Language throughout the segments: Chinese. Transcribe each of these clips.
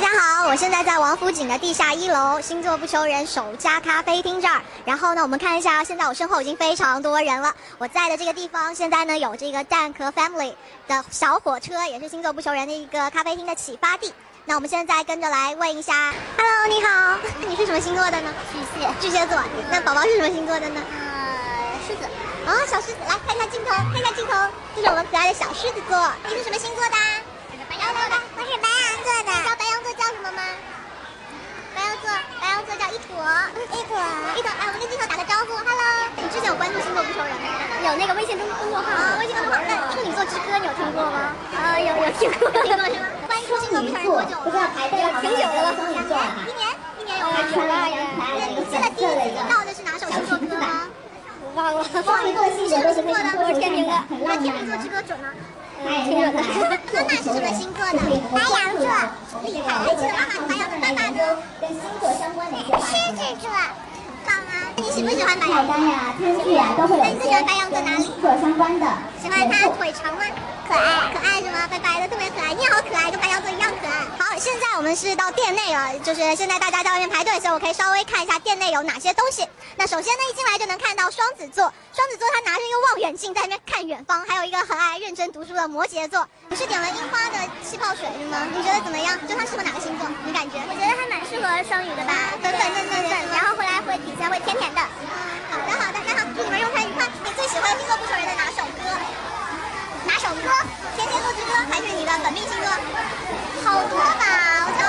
呢，我现在在王府井的地下一楼星座不求人首家咖啡厅这儿。然后呢，我们看一下，现在我身后已经非常多人了。我在的这个地方，现在呢有这个蛋壳 Family 的小火车，也是星座不求人的一个咖啡厅的启发地。那我们现在跟着来问一下，Hello，你好，你是什么星座的呢？巨蟹，巨蟹座。那宝宝是什么星座的呢？呃，狮子，啊、小狮子，来看一下镜头，看一下镜头，这是我们可爱的小狮子座。你是什么星座的啊？白羊座的，我是白羊座的。知道白羊座叫什么吗？白羊座，白羊座叫一坨，一坨一坨。哎，我们跟镜头打个招呼，Hello。你之前有关注星座不求人吗？有那个微信公众号啊，微信公众号。那处女座之歌你有听过吗？呃，有有听过， 听过是吗？关注星座不求人多久了？挺久的了，两年，一年，一年有吗？十二年那你现在第一次听到的是哪首星座歌 吗？忘了。哇，你你是什么星座的？我是天平座那天秤座之歌准吗？嗯，挺久的。娜娜是什么星座的？白羊座。厉害！哎，记得妈妈白羊座，爸爸呢？跟星座相关的一些话狮题。子座。好啊，你喜不喜欢白菜羊座？单呀、餐具呀，都会有一些跟星座相关的喜欢它腿长吗？可爱，可爱是吗？白白的，特别可爱。你好可爱，跟白羊座一样可爱。好，现在我们是到店内了，就是现在大家在外面排队，所以我可以稍微看一下店内有哪些东西。那首先呢，一进来就能看到双子座，双子座他拿着一个望远镜在那边看远方，还有一个很爱认真读书的摩羯座。你是点了樱花的气泡水是吗？你觉得怎么样？就它适合哪个星座？你感觉？我觉得还蛮适合双鱼的吧，粉粉嫩嫩的，然后回来会底下会甜甜的。好的好的，那好，祝你们用餐愉快。你最喜欢星座不熟人的哪首歌？哪首歌？天蝎座之歌还是你的本命星座？好多吧，我就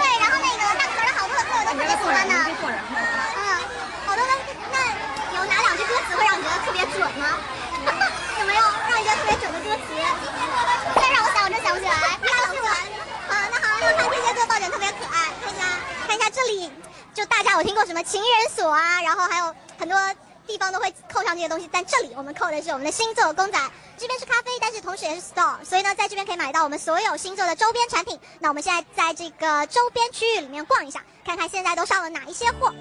对，然后那个大壳的好多的歌我都特别喜欢呢。嗯，好多的，那有哪两句歌词会让你觉得特别准吗？ 有没有让你觉得特别准的歌词？再让我想，我真想不起来。不要完。好，啊那好，那我看天蝎座抱枕特别可爱，看一下，看一下这里，就大家有听过什么情人锁啊，然后还有很多地方都会扣上这些东西，但这里我们扣的是我们的星座公仔。这边是咖啡，但是同时也是 store，所以呢，在这边可以买到我们所有星座的周边产品。那我们现在在这个周边区域里面逛一下，看看现在都上了哪一些货。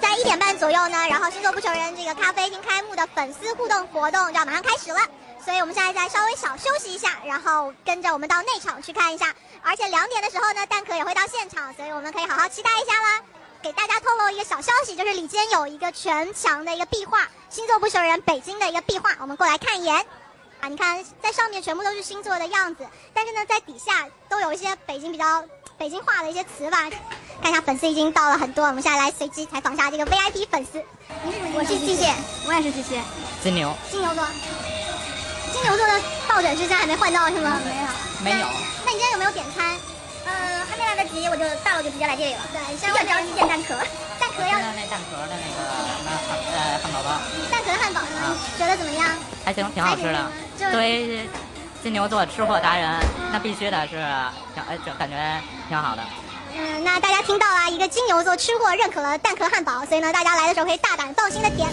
在一点半左右呢，然后星座不求人这个咖啡厅开幕的粉丝互动活动就要马上开始了，所以我们现在再稍微小休息一下，然后跟着我们到内场去看一下。而且两点的时候呢，蛋壳也会到现场，所以我们可以好好期待一下啦。给大家透露一个小消息，就是里间有一个全墙的一个壁画，星座不求人北京的一个壁画，我们过来看一眼。啊，你看在上面全部都是星座的样子，但是呢，在底下都有一些北京比较北京话的一些词吧。看一下粉丝已经到了很多，我们现在来随机采访一下这个 VIP 粉丝。你是什么我是巨蟹，我也是巨蟹，金牛金牛座。金牛座的抱枕是现在还没换到是吗？没有。没有，那你今天有没有点餐？嗯，还没来得及，我就到了就直接来这里了。对，比先较问着急见蛋壳，蛋壳要那蛋壳的那个那汉呃汉堡包蛋壳的汉堡呢啊，觉得怎么样？还行，挺好吃的。作为哎金牛座吃货达人，那必须的是挺哎，就感觉挺好的。嗯，那大家听到啦，一个金牛座吃货认可了蛋壳汉堡，所以呢，大家来的时候可以大胆放心的点。